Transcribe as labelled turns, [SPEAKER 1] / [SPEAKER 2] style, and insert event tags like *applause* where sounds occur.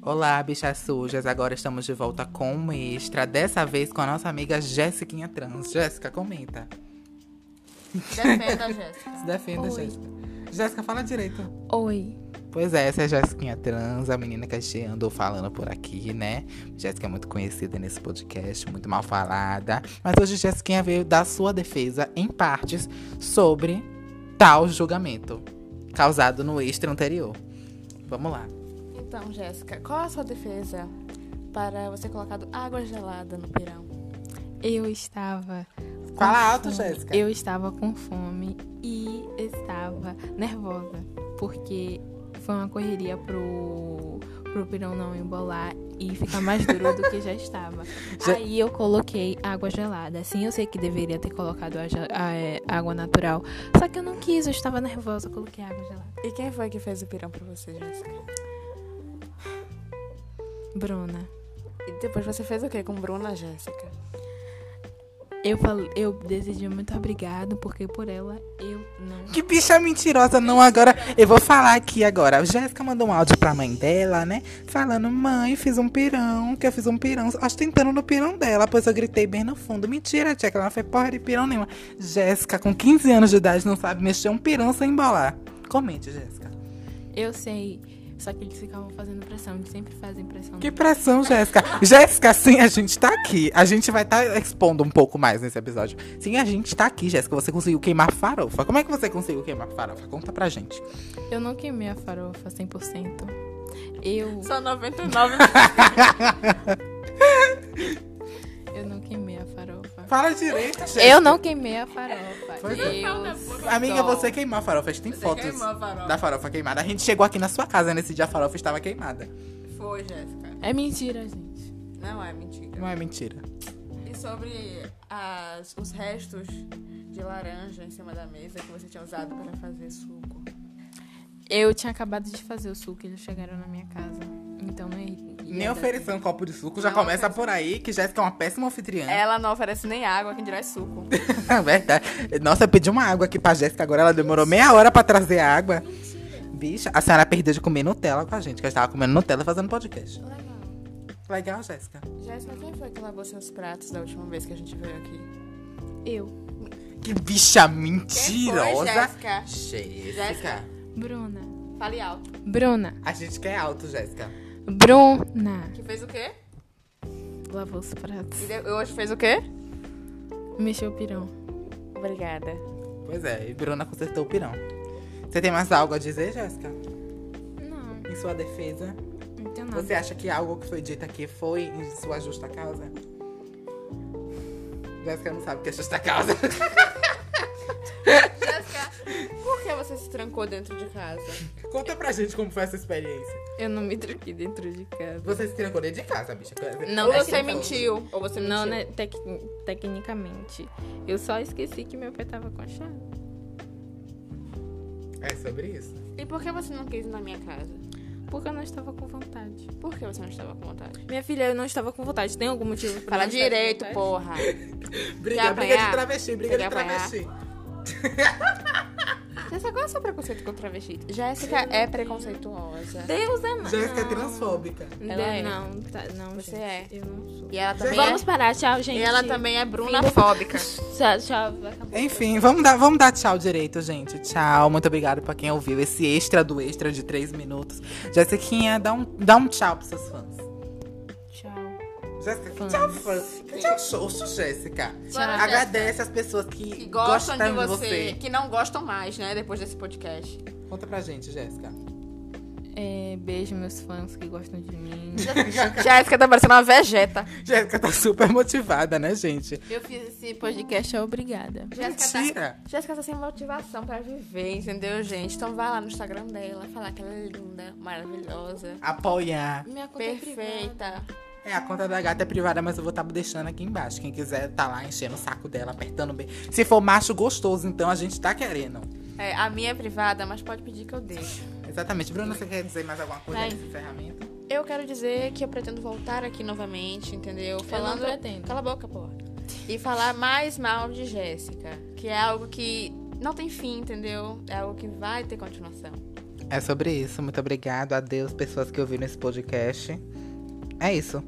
[SPEAKER 1] Olá, bichas sujas. Agora estamos de volta com uma extra, dessa vez com a nossa amiga Jéssiquinha Trans. Jéssica, comenta.
[SPEAKER 2] Defenda, Jéssica.
[SPEAKER 1] Se defenda,
[SPEAKER 3] Oi.
[SPEAKER 1] Jéssica. Jéssica, fala direito.
[SPEAKER 3] Oi.
[SPEAKER 1] Pois é, essa é a Jéssiquinha Trans, a menina que a gente andou falando por aqui, né? Jéssica é muito conhecida nesse podcast, muito mal falada. Mas hoje Jéssiquinha veio dar sua defesa em partes sobre tal julgamento causado no extra anterior. Vamos lá.
[SPEAKER 2] Então, Jéssica, qual a sua defesa para você colocar água gelada no pirão?
[SPEAKER 3] Eu estava. com
[SPEAKER 1] Fala alto,
[SPEAKER 3] fome.
[SPEAKER 1] Jéssica.
[SPEAKER 3] Eu estava com fome e estava nervosa. Porque foi uma correria pro, pro pirão não embolar e ficar mais duro do que já estava.
[SPEAKER 1] *laughs* Já-
[SPEAKER 3] Aí eu coloquei água gelada. Sim, eu sei que deveria ter colocado a ge- a, é, água natural. Só que eu não quis, eu estava nervosa, eu coloquei água gelada.
[SPEAKER 2] E quem foi que fez o pirão pra você, Jéssica?
[SPEAKER 3] Bruna.
[SPEAKER 2] E depois você fez o que com Bruna, Jéssica?
[SPEAKER 3] Eu, falei, eu decidi muito obrigado, porque por ela eu não
[SPEAKER 1] Que bicha mentirosa, não agora. Eu vou falar aqui agora. A Jéssica mandou um áudio pra mãe dela, né? Falando, mãe, fiz um pirão, que eu fiz um pirão. Ostentando no pirão dela, pois eu gritei bem no fundo. Mentira, tia, que ela não fez porra de pirão nenhuma. Jéssica, com 15 anos de idade, não sabe mexer um pirão sem embolar. Comente, Jéssica.
[SPEAKER 3] Eu sei. Só que eles ficavam fazendo pressão. Eles sempre fazem pressão.
[SPEAKER 1] Que pressão, Jéssica. Jéssica, sim, a gente tá aqui. A gente vai estar expondo um pouco mais nesse episódio. Sim, a gente tá aqui, Jéssica. Você conseguiu queimar farofa. Como é que você conseguiu queimar farofa? Conta pra gente.
[SPEAKER 3] Eu não queimei a farofa 100%. Eu,
[SPEAKER 2] Só *laughs* 99.
[SPEAKER 3] eu não queimei a farofa.
[SPEAKER 1] Fala direito, Jéssica.
[SPEAKER 3] Eu não queimei a farofa.
[SPEAKER 1] Pois é.
[SPEAKER 3] eu
[SPEAKER 1] Amiga,
[SPEAKER 3] só-
[SPEAKER 1] você queimou a farofa. A gente tem fotos
[SPEAKER 2] Então, queimou a farofa.
[SPEAKER 1] da farofa queimada. A gente chegou aqui na sua casa nesse dia, a farofa estava queimada.
[SPEAKER 2] foi, Jéssica.
[SPEAKER 3] É mentira, gente.
[SPEAKER 2] Não é mentira.
[SPEAKER 1] Não é mentira.
[SPEAKER 2] E sobre as- os restos de laranja em cima da mesa que você tinha usado para fazer suco?
[SPEAKER 3] Eu tinha acabado de fazer o suco. Eles chegaram na minha casa. Então não ia, ia
[SPEAKER 1] Nem
[SPEAKER 3] dar
[SPEAKER 1] oferecer um copo de suco, já
[SPEAKER 2] Não
[SPEAKER 1] começa
[SPEAKER 2] oferece.
[SPEAKER 1] por aí, que Jéssica é uma péssima anfitriã.
[SPEAKER 2] Ela não oferece nem água, quem dirá é suco.
[SPEAKER 1] Na *laughs* verdade. Nossa, eu pedi uma água aqui pra Jéssica agora, ela demorou meia hora pra trazer a água. Bicha, a senhora perdeu de comer Nutella com a gente, que eu estava comendo Nutella e fazendo podcast.
[SPEAKER 2] Legal.
[SPEAKER 1] Legal, Jéssica.
[SPEAKER 2] Jéssica, quem foi que lavou seus pratos da última vez que a gente veio aqui?
[SPEAKER 3] certo. Eu.
[SPEAKER 1] Que bicha
[SPEAKER 2] Quem foi,
[SPEAKER 1] mentirosa.
[SPEAKER 2] Jéssica?
[SPEAKER 1] Jéssica.
[SPEAKER 2] Jéssica.
[SPEAKER 3] Bruna.
[SPEAKER 2] Fale alto.
[SPEAKER 3] Bruna.
[SPEAKER 1] A gente quer alto, Jéssica.
[SPEAKER 3] Bruna.
[SPEAKER 2] Que fez o quê?
[SPEAKER 3] Lavou os pratos.
[SPEAKER 2] E de- hoje fez o quê?
[SPEAKER 3] Mexeu o pirão.
[SPEAKER 2] Obrigada.
[SPEAKER 1] Pois é, e Bruna consertou o pirão. Você tem mais algo a dizer, Jéssica?
[SPEAKER 3] Não,
[SPEAKER 1] Em sua defesa?
[SPEAKER 3] não tem nada.
[SPEAKER 1] Você acha que algo que foi dito aqui foi em sua justa causa? Jéssica não sabe o que é justa causa.
[SPEAKER 2] Jéssica, por que você se trancou dentro de casa?
[SPEAKER 1] *laughs* Conta pra gente como foi essa experiência.
[SPEAKER 3] Eu não me tranquei dentro de casa.
[SPEAKER 1] Você se trancou dentro de casa, bicha.
[SPEAKER 3] Não,
[SPEAKER 2] ou
[SPEAKER 3] né,
[SPEAKER 2] você
[SPEAKER 3] que-
[SPEAKER 2] mentiu. Ou você mentiu.
[SPEAKER 3] Não, né, tec- tecnicamente. Eu só esqueci que meu pai tava com a chave.
[SPEAKER 1] É sobre isso.
[SPEAKER 2] E por que você não quis ir na minha casa?
[SPEAKER 3] Porque eu não estava com vontade.
[SPEAKER 2] Por que você não estava com vontade?
[SPEAKER 3] Minha filha, eu não estava com vontade. Tem algum motivo pra
[SPEAKER 2] Fala
[SPEAKER 3] não estar com
[SPEAKER 2] direito,
[SPEAKER 3] vontade?
[SPEAKER 2] porra.
[SPEAKER 1] Briga,
[SPEAKER 2] Quer
[SPEAKER 1] briga de
[SPEAKER 2] apanhar?
[SPEAKER 1] travesti, briga
[SPEAKER 2] Você
[SPEAKER 1] de
[SPEAKER 2] quer apanhar?
[SPEAKER 1] travesti.
[SPEAKER 2] *laughs* Jéssica, qual é o seu preconceito com travesti? Jéssica é preconceituosa.
[SPEAKER 3] Deus é mais.
[SPEAKER 1] Jéssica é
[SPEAKER 3] Não.
[SPEAKER 1] transfóbica.
[SPEAKER 3] Não,
[SPEAKER 2] Ela é.
[SPEAKER 3] não, tá, não,
[SPEAKER 2] Você
[SPEAKER 3] gente, Eu não sou. tá
[SPEAKER 2] E ela também
[SPEAKER 1] Jéssica-
[SPEAKER 3] Vamos parar, tchau,
[SPEAKER 2] é...
[SPEAKER 3] gente.
[SPEAKER 2] E ela também é brunafóbica.
[SPEAKER 3] Tchau, tchau, acabou.
[SPEAKER 1] Enfim, vamos dar, vamos dar tchau direito, gente. Tchau. Muito obrigado pra quem ouviu esse extra do extra de três minutos. Jéssiquinha, dá um, dá um tchau pros seus fãs.
[SPEAKER 3] Tchau.
[SPEAKER 1] Jéssica, que
[SPEAKER 3] Fãs.
[SPEAKER 1] tchau, fãs. Que tchau, xoxo, Jéssica.
[SPEAKER 3] Tchau.
[SPEAKER 1] Agradece as pessoas que,
[SPEAKER 2] que
[SPEAKER 1] gostam,
[SPEAKER 2] gostam de
[SPEAKER 1] de
[SPEAKER 2] você, que não gostam mais, né, depois desse podcast.
[SPEAKER 1] Conta pra gente, Jéssica.
[SPEAKER 3] É, beijo, meus fãs que gostam de mim.
[SPEAKER 2] Jéssica tá parecendo uma vegeta.
[SPEAKER 1] *laughs* Jéssica tá super motivada, né, gente?
[SPEAKER 3] *laughs* Eu fiz esse podcast, é obrigada.
[SPEAKER 2] Jéssica tá,
[SPEAKER 1] Mentira.
[SPEAKER 2] Jéssica tá sem motivação pra viver, entendeu, gente? Então vai lá no Instagram dela, falar que ela é linda, maravilhosa,
[SPEAKER 1] Apoiar.
[SPEAKER 3] Minha conta é privada.
[SPEAKER 2] perfeita.
[SPEAKER 1] É, a conta da gata é privada, mas eu vou estar deixando aqui embaixo. Quem quiser tá lá enchendo o saco dela, apertando bem. Se for macho gostoso, então a gente tá querendo.
[SPEAKER 2] É, a minha é privada, mas pode pedir que eu deixo.
[SPEAKER 1] Exatamente. Bruno, você quer dizer mais alguma coisa
[SPEAKER 3] Vai.
[SPEAKER 1] nesse encerramento?
[SPEAKER 2] Eu quero dizer que eu pretendo voltar aqui novamente, entendeu? Falando.
[SPEAKER 3] pretendo.
[SPEAKER 2] Cala a boca, porra. E falar mais mal de Jéssica, que é algo que não tem fim, entendeu? É algo que vai ter continuação.
[SPEAKER 1] É sobre isso. Muito obrigado. Adeus, pessoas que ouviram esse podcast. É isso.